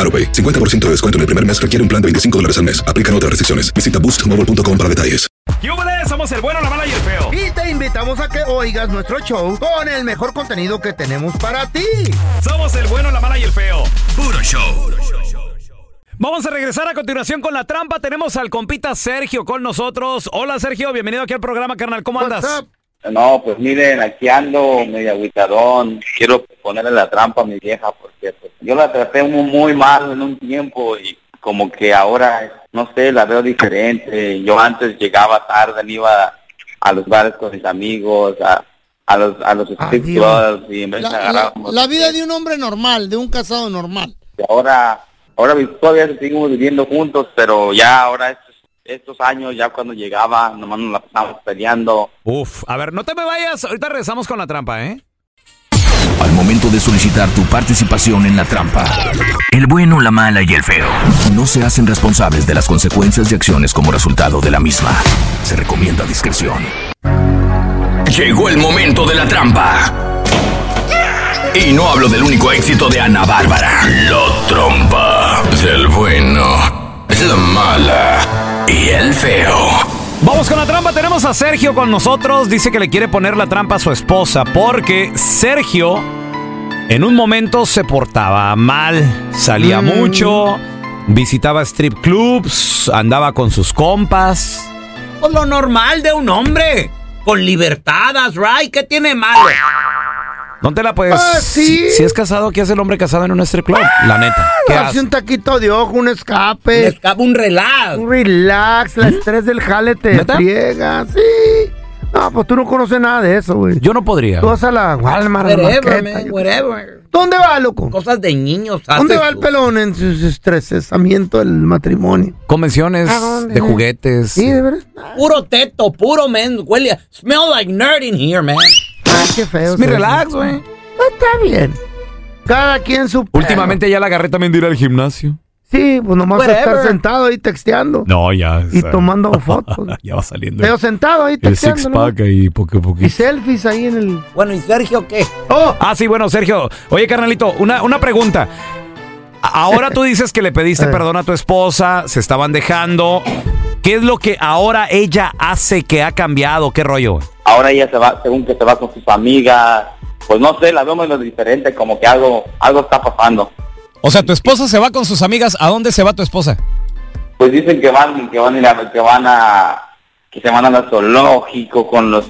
AroPay. 50% de descuento en el primer mes requiere un plan de 25 dólares al mes. Aplican otras restricciones. Visita boostmobile.com para detalles. ¡Yúbales! Somos el bueno, la mala y el feo. Y te invitamos a que oigas nuestro show con el mejor contenido que tenemos para ti. Somos el bueno, la mala y el feo. Puro show. Vamos a regresar a continuación con la trampa. Tenemos al compita Sergio con nosotros. Hola Sergio, bienvenido aquí al programa, carnal. ¿Cómo andas? No, pues miren, aquí ando medio agüitadón. Quiero ponerle la trampa a mi vieja porque pues, yo la traté muy, muy mal en un tiempo y como que ahora, no sé, la veo diferente. Yo antes llegaba tarde, me iba a los bares con mis amigos, a, a los, a los strip clubs y en vez La, de la- agarrábamos- la vida de un hombre normal, de un casado normal. Y ahora, ahora todavía seguimos viviendo juntos, pero ya ahora estos, estos años, ya cuando llegaba, nomás nos la pasábamos peleando. Uf, a ver, no te me vayas. Ahorita regresamos con la trampa, ¿eh? Al momento de solicitar tu participación en la trampa, el bueno, la mala y el feo no se hacen responsables de las consecuencias y acciones como resultado de la misma. Se recomienda discreción. Llegó el momento de la trampa. Y no hablo del único éxito de Ana Bárbara. Lo trompa del bueno, la mala y el feo. Vamos con la trampa. Tenemos a Sergio con nosotros. Dice que le quiere poner la trampa a su esposa porque Sergio en un momento se portaba mal, salía Mm. mucho, visitaba strip clubs, andaba con sus compas. Pues lo normal de un hombre. Con libertadas, right? ¿Qué tiene malo? ¿Dónde la puedes? Ah, Si, si es casado, ¿qué hace el hombre casado en un strip club? Ah, La neta. ¿Qué Hace hace? un taquito de ojo, un escape. Un escape, un relax. ¿Mm? Un relax, la estrés del jale te ¿Neta? friega, sí. No, pues tú no conoces nada de eso, güey. Yo no podría. Tú vas a la Walmart, a la Whatever, banqueta, man, yo- whatever. ¿Dónde va, loco? Cosas de niños. ¿Dónde haces va el tú. pelón en su estresamiento del matrimonio? Convenciones ¿A dónde? de juguetes. Sí, de verdad. Puro teto, puro men. Huele a- Smell like nerd in here, man. Ah, qué feo. Es mi sí. relax, güey. No, está bien. Cada quien su... pedo. Últimamente ya la agarré también de ir al gimnasio. Sí, pues nomás Whatever. estar sentado ahí texteando. No, ya. Y o sea, tomando fotos. ya va saliendo. Pero sentado ahí El texteando. six ¿no? pack ahí, poco a Y poquito. selfies ahí en el... Bueno, ¿y Sergio qué? ¡Oh! Ah, sí, bueno, Sergio. Oye, carnalito, una, una pregunta. A- Ahora tú dices que le pediste Eh. perdón a tu esposa, se estaban dejando. ¿Qué es lo que ahora ella hace que ha cambiado? ¿Qué rollo? Ahora ella se va, según que se va con sus amigas, pues no sé, la veo menos diferente, como que algo, algo está pasando. O sea, tu esposa se va con sus amigas. ¿A dónde se va tu esposa? Pues dicen que van, que van a ir a- que van a que se van a la zoológico con los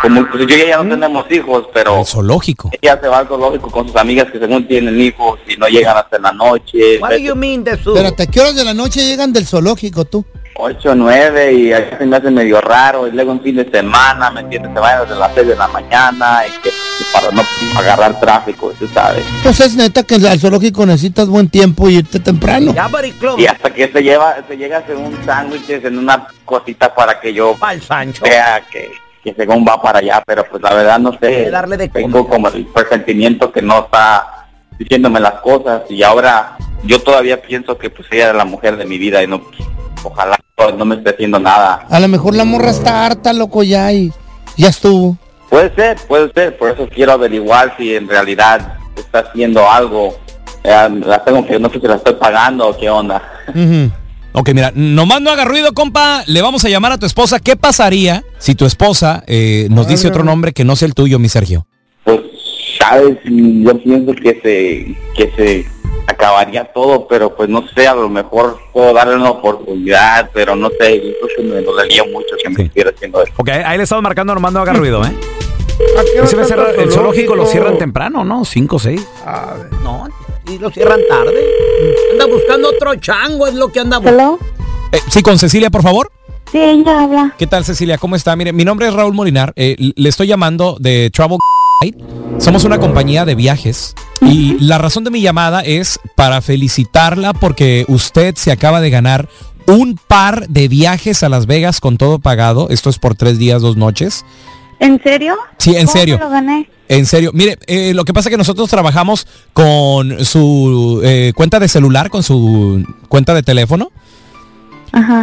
como pues yo y ella no tenemos hijos, pero zoológico. ella se va al zoológico con sus amigas que según tienen hijos y no llegan hasta la noche, What do you mean de su? Espérate, ¿a qué horas de la noche llegan del zoológico tú? 8, 9 y a veces me hace medio raro y luego en fin de semana, ¿me entiendes? Se van desde las 6 de la mañana y que para no agarrar tráfico, tú sabes. Pues es neta que al zoológico necesitas buen tiempo y irte temprano. Ya, buddy, club. Y hasta que se lleva, se llega a hacer un sándwiches en una cosita para que yo Pa'l Sancho. vea que, que según va para allá, pero pues la verdad no Hay que sé. darle de comer. tengo como el presentimiento que no está diciéndome las cosas y ahora yo todavía pienso que pues ella era la mujer de mi vida y no ojalá pues, no me esté haciendo nada. A lo mejor la morra está harta, loco, ya y ya estuvo. Puede ser, puede ser, por eso quiero averiguar si en realidad está haciendo algo. Eh, la tengo que, no sé si la estoy pagando o qué onda. Ok, mira, nomás no haga ruido, compa. Le vamos a llamar a tu esposa. ¿Qué pasaría si tu esposa eh, nos dice otro nombre que no sea el tuyo, mi Sergio? Pues, sabes, yo pienso que se, que se acabaría todo, pero pues no sé, a lo mejor puedo darle una oportunidad, pero no sé, yo creo que me dolería mucho que me estuviera haciendo eso. Ok, ahí le estamos marcando, nomás no haga ruido, ¿eh? Ese va a cerrar- el zoológico lo cierran temprano, ¿no? 5 o 6. No, y lo cierran tarde. Anda buscando otro chango, es lo que anda buscando. Eh, sí, con Cecilia, por favor. Sí, ella habla. ¿Qué tal, Cecilia? ¿Cómo está? Mire, mi nombre es Raúl Molinar. eh, le estoy llamando de Travel Guide. Somos una compañía de viajes. Y la razón de mi llamada es para felicitarla porque usted se acaba de ganar un par de viajes a Las Vegas con todo pagado. Esto es por tres días, dos noches. ¿En serio? Sí, en ¿Cómo serio. me lo gané? En serio, mire, eh, lo que pasa es que nosotros trabajamos con su eh, cuenta de celular, con su cuenta de teléfono.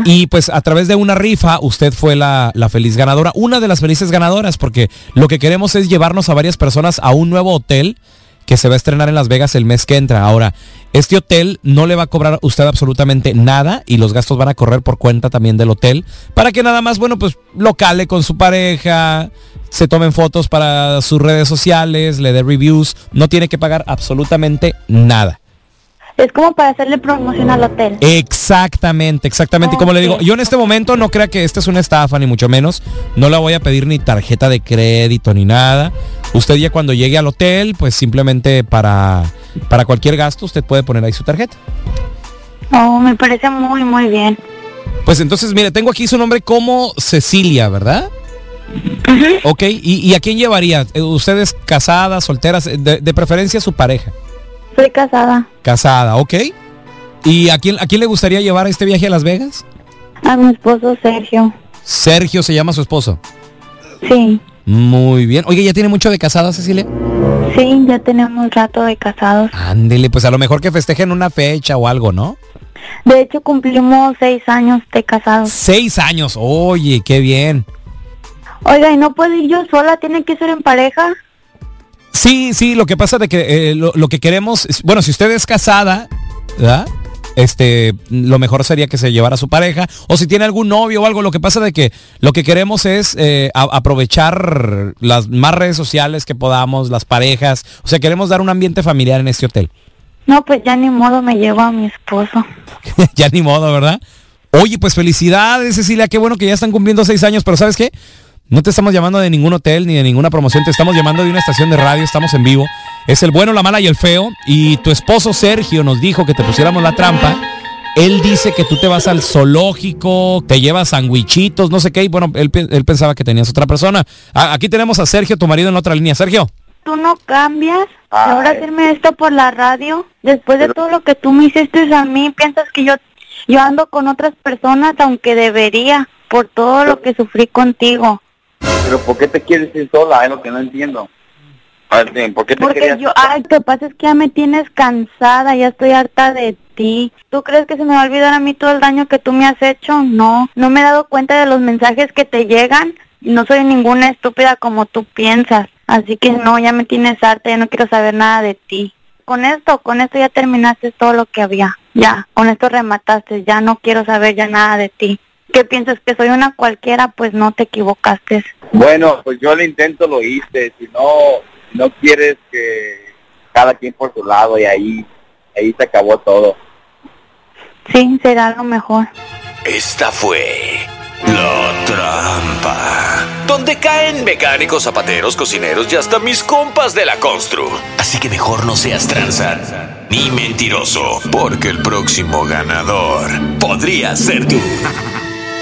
Y pues a través de una rifa usted fue la, la feliz ganadora, una de las felices ganadoras, porque lo que queremos es llevarnos a varias personas a un nuevo hotel que se va a estrenar en Las Vegas el mes que entra. Ahora, este hotel no le va a cobrar a usted absolutamente nada y los gastos van a correr por cuenta también del hotel, para que nada más, bueno, pues lo cale con su pareja, se tomen fotos para sus redes sociales, le dé reviews, no tiene que pagar absolutamente nada. Es como para hacerle promoción al hotel. Exactamente, exactamente. y como le digo, yo en este momento no crea que esta es una estafa, ni mucho menos. No la voy a pedir ni tarjeta de crédito ni nada. Usted ya cuando llegue al hotel, pues simplemente para, para cualquier gasto, usted puede poner ahí su tarjeta. Oh, me parece muy, muy bien. Pues entonces, mire, tengo aquí su nombre como Cecilia, ¿verdad? Ok, ¿Y, y a quién llevaría? Eh, ¿Ustedes casadas, solteras? Eh, De, de preferencia su pareja. Soy casada. Casada, ok. ¿Y a quién, a quién le gustaría llevar a este viaje a Las Vegas? A mi esposo Sergio. Sergio se llama su esposo. Sí, Muy bien. Oye, ¿ya tiene mucho de casada, Cecilia? sí, ya tenemos rato de casados. Ándele, pues a lo mejor que festejen una fecha o algo, ¿no? De hecho, cumplimos seis años de casados. Seis años. Oye, qué bien. Oiga, ¿y no puedo ir yo sola? ¿Tiene que ser en pareja? Sí, sí, lo que pasa de que eh, lo, lo que queremos, es- bueno, si usted es casada, ¿verdad? Este, lo mejor sería que se llevara a su pareja o si tiene algún novio o algo. Lo que pasa de que lo que queremos es eh, a- aprovechar las más redes sociales que podamos, las parejas. O sea, queremos dar un ambiente familiar en este hotel. No, pues ya ni modo me llevo a mi esposo. ya ni modo, ¿verdad? Oye, pues felicidades, Cecilia. Qué bueno que ya están cumpliendo seis años, pero ¿sabes qué? No te estamos llamando de ningún hotel ni de ninguna promoción, te estamos llamando de una estación de radio, estamos en vivo. Es el bueno, la mala y el feo. Y tu esposo Sergio nos dijo que te pusiéramos la trampa. Él dice que tú te vas al zoológico, te llevas sandwichitos, no sé qué. Y bueno, él, pe- él pensaba que tenías otra persona. A- aquí tenemos a Sergio, tu marido, en la otra línea. Sergio. ¿Tú no cambias? Y ahora hacerme esto por la radio, después de todo lo que tú me hiciste a mí, piensas que yo, yo ando con otras personas, aunque debería, por todo lo que sufrí contigo. Pero ¿por qué te quieres ir sola? Es lo que no entiendo. A ver, dime, ¿por qué te Porque querías yo, ay, lo que pasa es que ya me tienes cansada, ya estoy harta de ti. ¿Tú crees que se me va a olvidar a mí todo el daño que tú me has hecho? No, no me he dado cuenta de los mensajes que te llegan. No soy ninguna estúpida como tú piensas. Así que no, ya me tienes harta, ya no quiero saber nada de ti. Con esto, con esto ya terminaste todo lo que había. Ya, con esto remataste, ya no quiero saber ya nada de ti. ¿Qué piensas que soy una cualquiera? Pues no te equivocaste. Bueno, pues yo el intento lo hice. Si no, si no quieres que cada quien por su lado y ahí, ahí se acabó todo. Sí, será lo mejor. Esta fue la trampa. Donde caen mecánicos, zapateros, cocineros y hasta mis compas de la constru. Así que mejor no seas tranza ni mentiroso, porque el próximo ganador podría ser tú.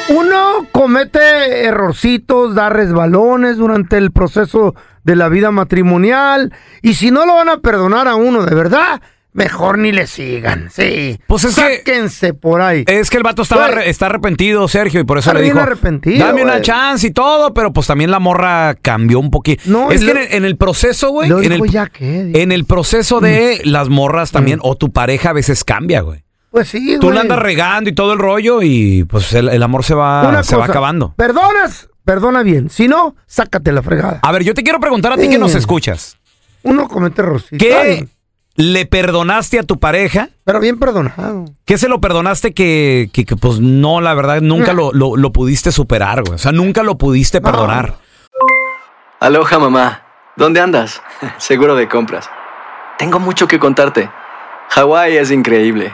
Uno comete errorcitos, da resbalones durante el proceso de la vida matrimonial y si no lo van a perdonar a uno de verdad, mejor ni le sigan. Sí. Pues es que- Sáquense por ahí. Es que el vato estaba arre- está arrepentido, Sergio, y por eso Está le bien dijo, arrepentido, dame una güey. chance y todo, pero pues también la morra cambió un poquito. No, es y que en lo- el, en el proceso, güey, Lo en dijo el, ya Mm. que. en el proceso de las morras también, o tu pareja a veces cambia, güey. Pues sí, Tú güey. la andas regando y todo el rollo y pues el, el amor se va, Una Ah, se va cosa, acabando. Perdonas, perdona bien. Si no, sácate la fregada. A ver, yo te quiero preguntar a ti que Sí. nos escuchas. Uno comete errorcitos. ¿Qué le perdonaste a tu pareja? Pero bien perdonado. ¿Qué se lo perdonaste que, que- que, pues no, la verdad, nunca Mm. lo, lo- lo pudiste superar, güey? O sea, nunca lo pudiste perdonar. Aloha mamá, ¿dónde andas? Seguro de compras. Tengo mucho que contarte. Hawái es increíble.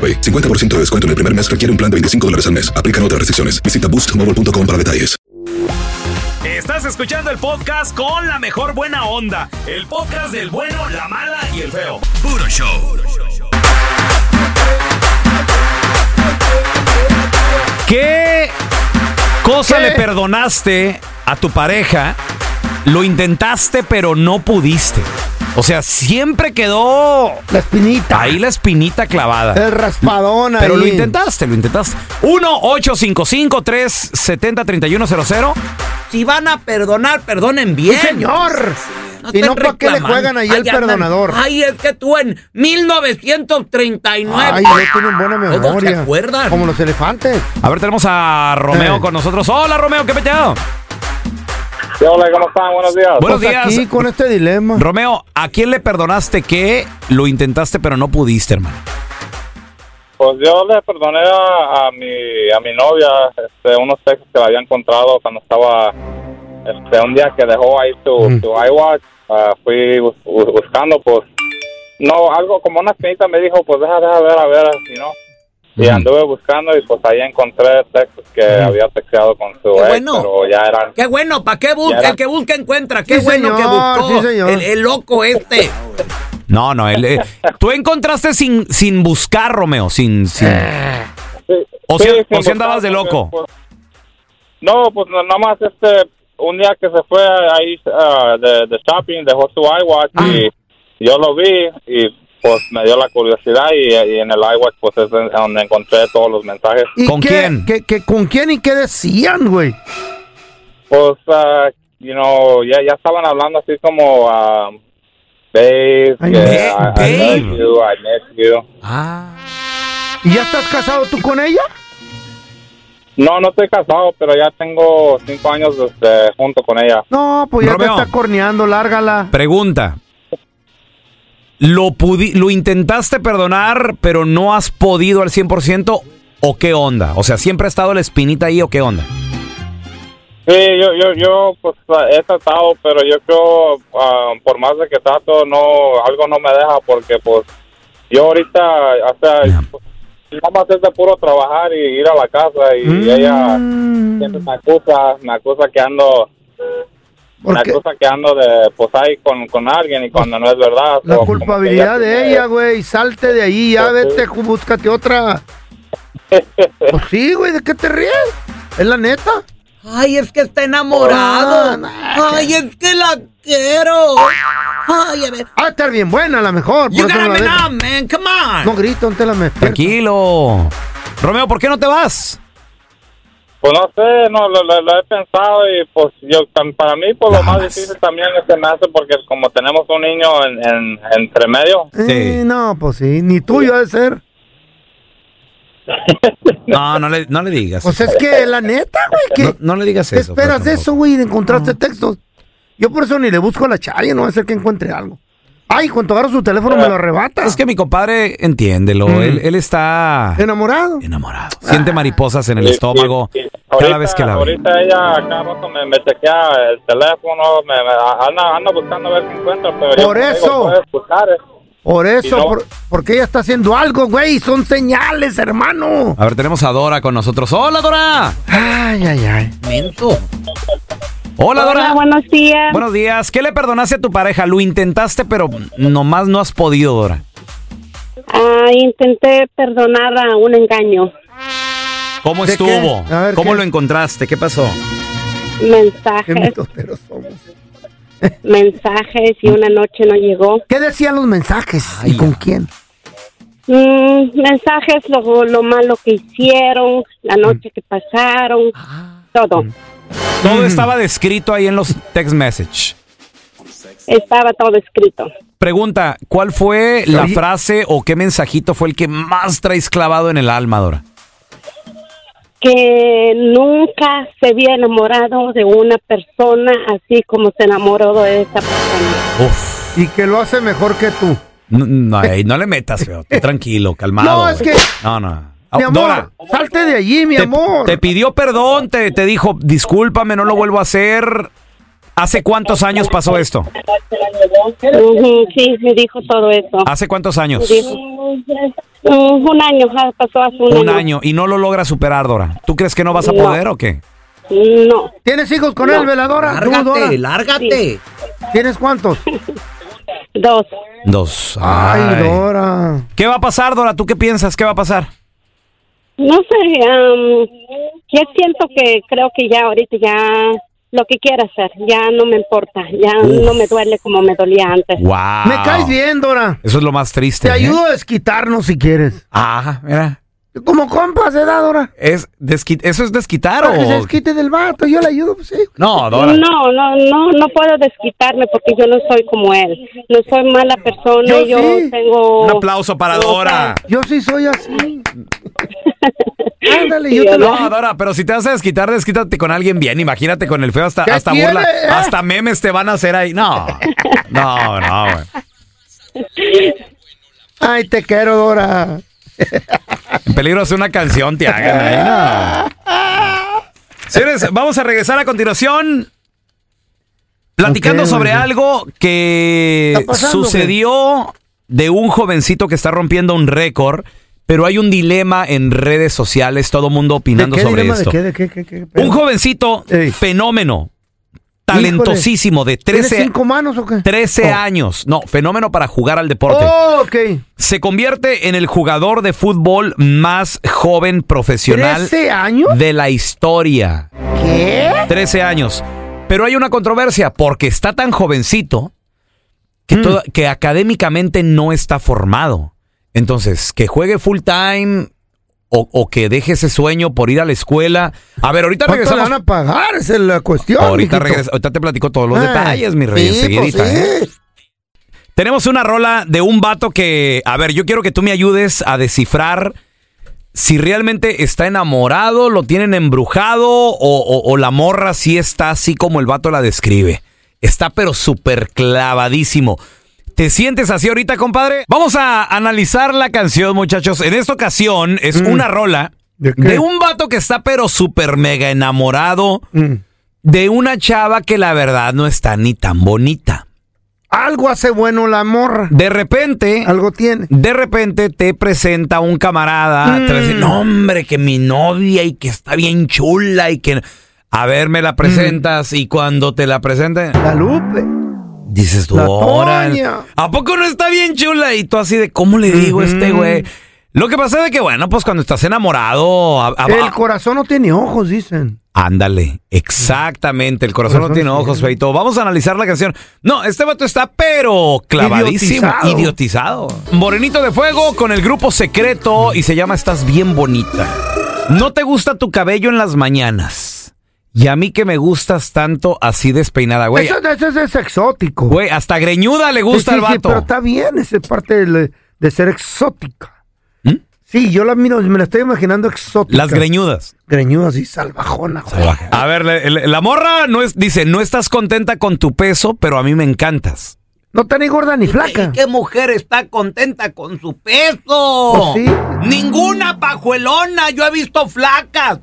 50% de descuento en el primer mes requiere un plan de 25 dólares al mes. Aplican otras restricciones. Visita boostmobile.com para detalles. Estás escuchando el podcast con la mejor buena onda. El podcast del bueno, la mala y el feo. Puro show. ¿Qué cosa le perdonaste a tu pareja? Lo intentaste, pero no pudiste. O sea, siempre quedó. La espinita. Ahí la espinita clavada. El raspadón Pero ahí. lo intentaste, lo intentaste. 1-855-370-3100. Si van a perdonar, perdonen bien. Sí, señor. Si no, ¿para qué le juegan ahí ahí el perdonador? Ay, es que tú en 1939. Ay, no tienen buena Todos se memoria. acuerdan. Como los elefantes. Eh. A ver, tenemos a Romeo con nosotros. Hola, Romeo, ¿qué peteado? Hola, ¿cómo están? Buenos días. Buenos Pues días. aquí con este dilema. Romeo, ¿a quién le perdonaste que lo intentaste, pero no pudiste, hermano? Pues yo le perdoné a, a mi, a mi novia este, unos textos que la había encontrado cuando estaba este, un día que dejó ahí su, Mm. su iWatch. Ah, fui bus- bus- buscando, pues. No, algo como una espinita me dijo, pues deja, deja ver, a ver, si no. Y Mm. anduve buscando y pues ahí encontré textos que había texteado con su ex, bueno. pero ya eran... Qué bueno, ¿para qué busca? Ya era- El que busca encuentra. Qué Sí, bueno señor, que buscó. sí, señor. El, el loco este. No, no, él, eh, tú encontraste sin, sin buscar, Romeo, sin... sin- Eh. O Sí, si- sí, o si pues, andabas de loco. pues, no, pues no- nomás este, un día que se fue ahí ah, de, de shopping, dejó su iWatch Ah. y yo lo vi y pues me dio la curiosidad y, y en el iWatch pues es en- donde encontré todos los mensajes. ¿Y qué- qué- qué- ¿Con quién y qué decían, güey? Pues, ah, you know, ya, ya estaban hablando así como, ah, babe, Ay, yeah, ba- I, I love babe. you, I miss you. Ah. ¿Y ya estás casado tú con ella? No, no estoy casado, pero ya tengo cinco años este, junto con ella. No, pues ya Romeo. te está corneando, lárgala. Pregunta. ¿Lo, pudi- ¿Lo intentaste perdonar, pero no has podido al 100%? ¿O qué onda? O sea, ¿siempre ha estado la espinita ahí o qué onda? Sí, yo, yo, yo pues he tratado, pero yo creo, ah, por más de que trato, no, algo no me deja porque pues yo ahorita, o sea, pues, nada más es de puro trabajar y ir a la casa y Mm. ella siempre me acusa, me acusa que ando, me acusa que ando de, pues ahí con, con alguien y cuando no es verdad. La o como que culpabilidad de tiene- ella, güey. Salte de ahí, ya vete, ju- búscate otra. Pues sí, güey, ¿de qué te ríes? Es la neta. Ay, es que está enamorado. Ay, es que la quiero. Ay, a ver. Ah, estar bien buena, a lo mejor. por You eso gotta no, la man dejo. up, man. Come on. no grito, no te la me. Tranquilo. Romeo, ¿por qué no te vas? Pues no sé, no, lo, lo- lo he pensado y pues yo, tam- para mí pues lo más difícil también es que me hace porque como tenemos un niño en, en- entre medio, Eh, no, pues sí, ni tuyo ha de ser. No, no le, no le digas. Pues es que la neta, güey, que No, no le digas ¿qué eso. pues, esperas de tampoco. eso, güey, de encontrarte textos? Yo por eso ni le busco a la chaya, no va a ser que encuentre algo. Ay, cuando agarro su teléfono me lo arrebata. Es que mi compadre, entiéndelo, él, él está... Mm. Enamorado. Enamorado. Siente mariposas en el Sí, estómago sí, sí. cada vez que la ve. ahorita ella acá rato me, me chequea el teléfono, me, me- anda, anda buscando a ver qué encuentra, pero yo Por como digo, eso. puedes buscar, eh. Por eso, Y no. por- porque ella está haciendo algo, güey, son señales, hermano. A ver, tenemos a Dora con nosotros. ¡Hola, Dora! Ay, ay, ay. Hola, Dora. buenos días. Buenos días. ¿Qué le perdonaste a tu pareja? Lo intentaste, pero nomás no has podido, Dora. Ah, intenté perdonar a un engaño. ¿Cómo ¿De estuvo? qué? A ver, ¿Cómo ¿qué? lo encontraste? ¿Qué pasó? Mensajes. mensajes y una noche no llegó. ¿Qué decían los mensajes? ¿Y Ah, con quién? Mm, mensajes, lo, lo malo que hicieron, la Mm. noche que pasaron, Ah. todo. Mm. Todo estaba descrito ahí en los text message. Estaba todo escrito. Pregunta, ¿cuál fue la Oye. frase o qué mensajito fue el que más traes clavado en el alma, Dora? Que nunca se había enamorado de una persona así como se enamoró de esa persona. Uf. Y que lo hace mejor que tú. No, no, ahí no le metas, feo. Tú tranquilo, calmado. No, es güey. que- No, no. Mi Ah, amor, Dora, salte de allí, mi amor. te pidió perdón, te, te dijo, discúlpame, no lo vuelvo a hacer. ¿Hace cuántos años pasó esto? Ujú, sí, me dijo todo eso. ¿Hace cuántos años? Me dijo, "Mm, un año, ah, pasó hace un, Un año y no lo logra superar, Dora. ¿Tú crees que no vas a No. poder o qué? No. ¿Tienes hijos con él, veladora? ¿Tú, Lárgate, Dora? lárgate. ¿Tienes cuántos? Dos. Dos. Ay, Dora. ¿Qué va a pasar, Dora? ¿Tú qué piensas? ¿Qué va a pasar? No sé, am, yo siento que creo que ya ahorita ya lo que quiera hacer, ya no me importa, ya Uf. no me duele como me dolía antes. ¡Wow! Me caes bien, Dora. Eso es lo más triste. Te ¿eh? ayudo a desquitarnos si quieres. Ajá, mira. Como compas, ¿eh, Dora? Es desqui- ¿Eso es desquitar Para que se o...? desquite del vato, yo le ayudo, pues sí. No, Dora. No, no, no, no puedo desquitarme porque yo no soy como él, no soy mala persona, Yo yo, sí. tengo... Un aplauso para Dora. Yo sí soy así. Ándale, yo te lo No, Dora, pero si te vas a desquitar, desquítate con alguien bien. Imagínate con el feo hasta, ¿Qué hasta tiene, burla. eh? Hasta memes te van a hacer ahí. No. No, no, güey. Ay, te quiero, Dora. En peligro hacer una canción, te hagan ahí. No. Señores, vamos a regresar a continuación. Platicando Ok, sobre bueno. algo que ¿Está pasando, sucedió de un jovencito que está rompiendo un récord, pero hay un dilema en redes sociales, todo mundo opinando ¿Qué sobre dilema de esto. qué, de qué, qué, qué? Un jovencito fenómeno, talentosísimo, de ¿Tienes 13, cinco manos o qué? 13 años. No, fenómeno para jugar al deporte. Oh, ok. Se convierte en el jugador de fútbol más joven profesional ¿13 años? de la historia. ¿Qué? 13 años. Pero hay una controversia porque está tan jovencito que, Mm. toda- que académicamente no está formado. Entonces, que juegue full time o, o que deje ese sueño por ir a la escuela. A ver, ahorita ¿Cuánto regresamos. le van a pagar? Esa es la cuestión. Ahorita, mijito. regresa- ahorita te platico todos los Ah, detalles, mi rey, sí, pues enseguidita, sí. ¿eh? Tenemos una rola de un vato que, a ver, yo quiero que tú me ayudes a descifrar si realmente está enamorado, lo tienen embrujado o, o- o la morra sí está así como el vato la describe. Está pero súper clavadísimo. ¿Te sientes así ahorita, compadre? Vamos a analizar la canción, muchachos. En esta ocasión Mm. es una rola ¿De, un vato que está pero súper mega enamorado Mm. de una chava que la verdad no está ni tan bonita. Algo hace bueno la morra. De repente. Algo tiene. De repente te presenta un camarada, Mm. te va a decir, no hombre, que mi novia y que está bien chula y que... A ver, me la presentas y cuando te la presenten... Mm. La Lupe. Dices tú, La "Órale". Toña. ¿A poco no está bien chula? Y tú así de, ¿cómo le digo a este güey? Lo que pasa es que, bueno, pues cuando estás enamorado... a- a- El corazón no tiene ojos, dicen. Ándale, exactamente. El corazón, no Corazón tiene ojos, feito. Vamos a analizar la canción. No, este vato está pero clavadísimo, Idiotizado. idiotizado. Morenito de Fuego con el grupo secreto y se llama Estás bien bonita. No te gusta tu cabello en las mañanas. Y a mí que me gustas tanto así despeinada, güey. Eso, eso es exótico. Güey, hasta greñuda le gusta al Sí, sí, vato. sí, pero está bien, esa es parte del- de ser exótica. ¿Mm? Sí, yo la miro, me la estoy imaginando exótica. Las greñudas. Greñudas y salvajona. güey. A ver, le- le- la morra no es, dice, no estás contenta con tu peso, pero a mí me encantas. No está ni gorda ni flaca. ¿Qué mujer está contenta con su peso? Pues Ninguna pajuelona, yo he visto flacas.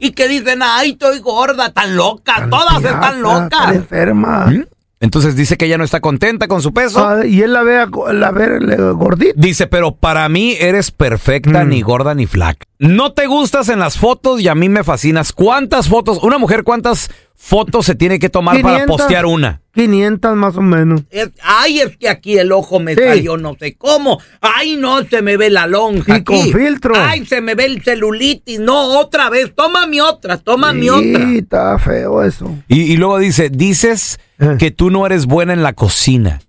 Y que dicen, ay, estoy gorda, tan loca, todas están locas. ¿Mm? enferma. Ah, Entonces dice que ella no está contenta con su peso. y él la ve, a go- la ve le- gordita. Mm. Dice, pero para mí eres perfecta, ni gorda ni flaca. No te gustas en las fotos y a mí me fascinas. ¿Cuántas fotos? Una mujer, ¿cuántas fotos se tiene que tomar para 500, postear una? 500 más o menos. Es- ay, es que aquí el ojo me salió no sé cómo. Ay, no, se me ve la lonja. Y con aquí. filtro. Ay, se me ve el celulitis. No, otra vez. Toma mi otra, toma mi otra. Sí, está feo eso. Y, y luego dice, dices Ah. que tú no eres buena en la cocina.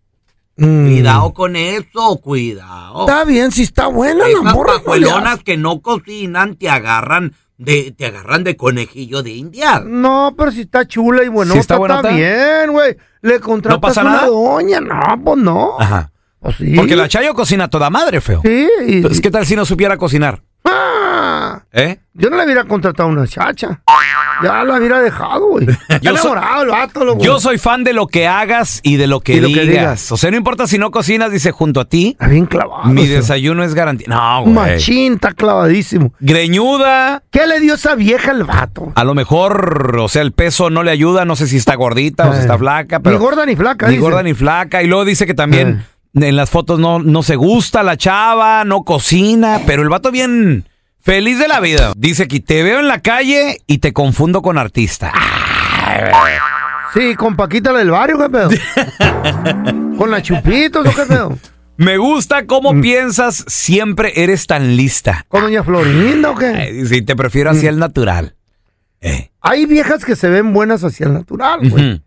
Mm. Cuidado con eso, cuidado. Está bien, si está buena la Esas morra. no le hace. pajuelonas que no cocinan te agarran de, te agarran de conejillo de india. No, pero si está chula y buenota, Si está está, buenota. bien, güey. Le contratas pasa una nada? doña, no, pues no. Ajá. sí. Porque la Chayo cocina toda madre, feo. Sí. Entonces, ¿qué tal si no supiera cocinar? ¿Eh? Ah. Yo no le hubiera contratado una chacha. Ya la hubiera dejado, güey. Está Yo soy- enamorado el vato, lo- güey. Yo soy fan de lo que hagas y de lo que, Y lo que digas. digas. O sea, no importa si no cocinas, dice junto a ti. bien clavado. Mi eso. desayuno es garantía. No, güey. Machín, está clavadísimo. Greñuda. ¿Qué le dio esa vieja al vato? A lo mejor, o sea, el peso no le ayuda. No sé si está gordita o si está flaca. Pero Eh. ni gorda ni flaca. Ni dice. Eh. gorda ni flaca. Y luego dice que también en las fotos no, no se gusta la chava, no cocina. Pero el vato bien feliz de la vida. Dice aquí, te veo en la calle y te confundo con artista. Sí, con Paquita la del barrio, ¿qué pedo? con la Chupitos, ¿o qué pedo? Mm. Me gusta cómo piensas, siempre eres tan lista. ¿Con Doña Florinda o qué? Mm. Eh, Dice, y te prefiero así el natural. Hay viejas que se ven buenas hacia el natural, Ah, güey. Ujú.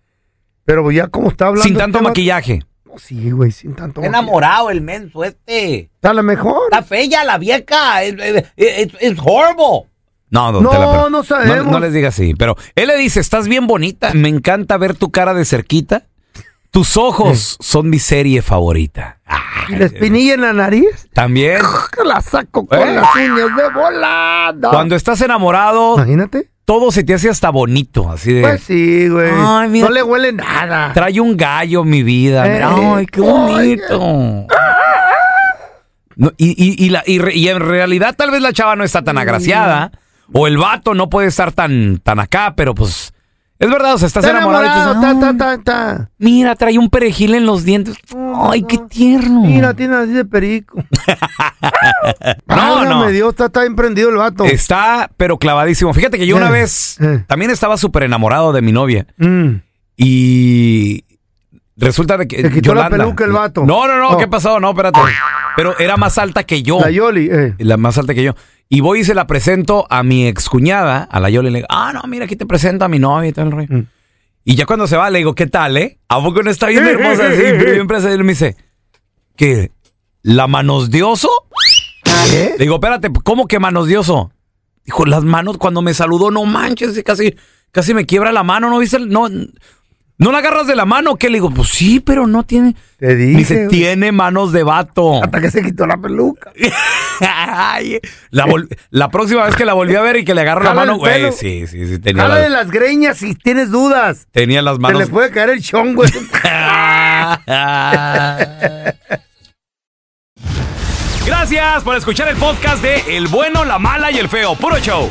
Pero ya como está hablando... Sin tanto el tema- maquillaje. Sí, güey, sin tanto Está enamorado el menso este. Está la mejor. Está fea la vieja. Es, es- es- es horrible. No, don No, Tela, pero no sabemos. No, les diga así, pero él le dice, estás bien bonita, me encanta ver tu cara de cerquita. Tus ojos son mi serie favorita. ¿Y la espinilla en la nariz? También, La saco con Eh. las uñas de volada. cuando estás enamorado, Imagínate. todo se te hace hasta bonito, así de... Pues sí, güey. Ay, mira. No le huele nada. Trae un gallo mi vida. Eh, mira, ay, qué eh, bonito. No, y, y- y la- y re- y en realidad tal vez la chava no está tan agraciada. O el vato no puede estar tan, tan acá, pero pues... Es verdad, o sea, estás Está enamorado. y dices, enamorado, "Ah, ta, ta, ta, ta. Mira, trae un perejil en los dientes. Ay, qué tierno. Mira, tiene así de perico. No, no. Válgame Dios, está, está emprendido el vato. Está, pero clavadísimo. Fíjate que yo una vez también estaba súper enamorado de mi novia. Mm. Y resulta de que. Se quitó la Yolanda- peluca el vato. No, no, no, No. ¿qué pasó? No, espérate. Pero era más alta que yo. La Yoli, eh. La más alta que yo. Y voy y se la presento a mi excuñada, a la Yoli. Le digo, ah, no, mira, aquí te presento a mi novia y todo el rollo. Y ya cuando se va, le digo, ¿qué tal, eh? ¿A poco no está bien hermosa? así, bien preciosa? Y me dice, ¿qué? ¿La manos dioso? Le digo, espérate, ¿cómo que manos dioso? Dijo, las manos, cuando me saludó, no manches, casi, casi me quiebra la mano, ¿no viste? el- No, ¿No la agarras de la mano? o ¿Qué? Le digo, pues sí, pero no tiene... Te Me dice, dije. tiene manos de vato. Hasta que se quitó la peluca. Ay, la, vol- la próxima vez que la volví a ver y que le agarro la Jala mano, el pelo. güey, sí, sí, sí, tenía, Jala de las, las greñas si tienes dudas. tenía las Se le manos... puede caer el chongo. Gracias por escuchar el podcast de El Bueno, La Mala y El Feo. Puro show.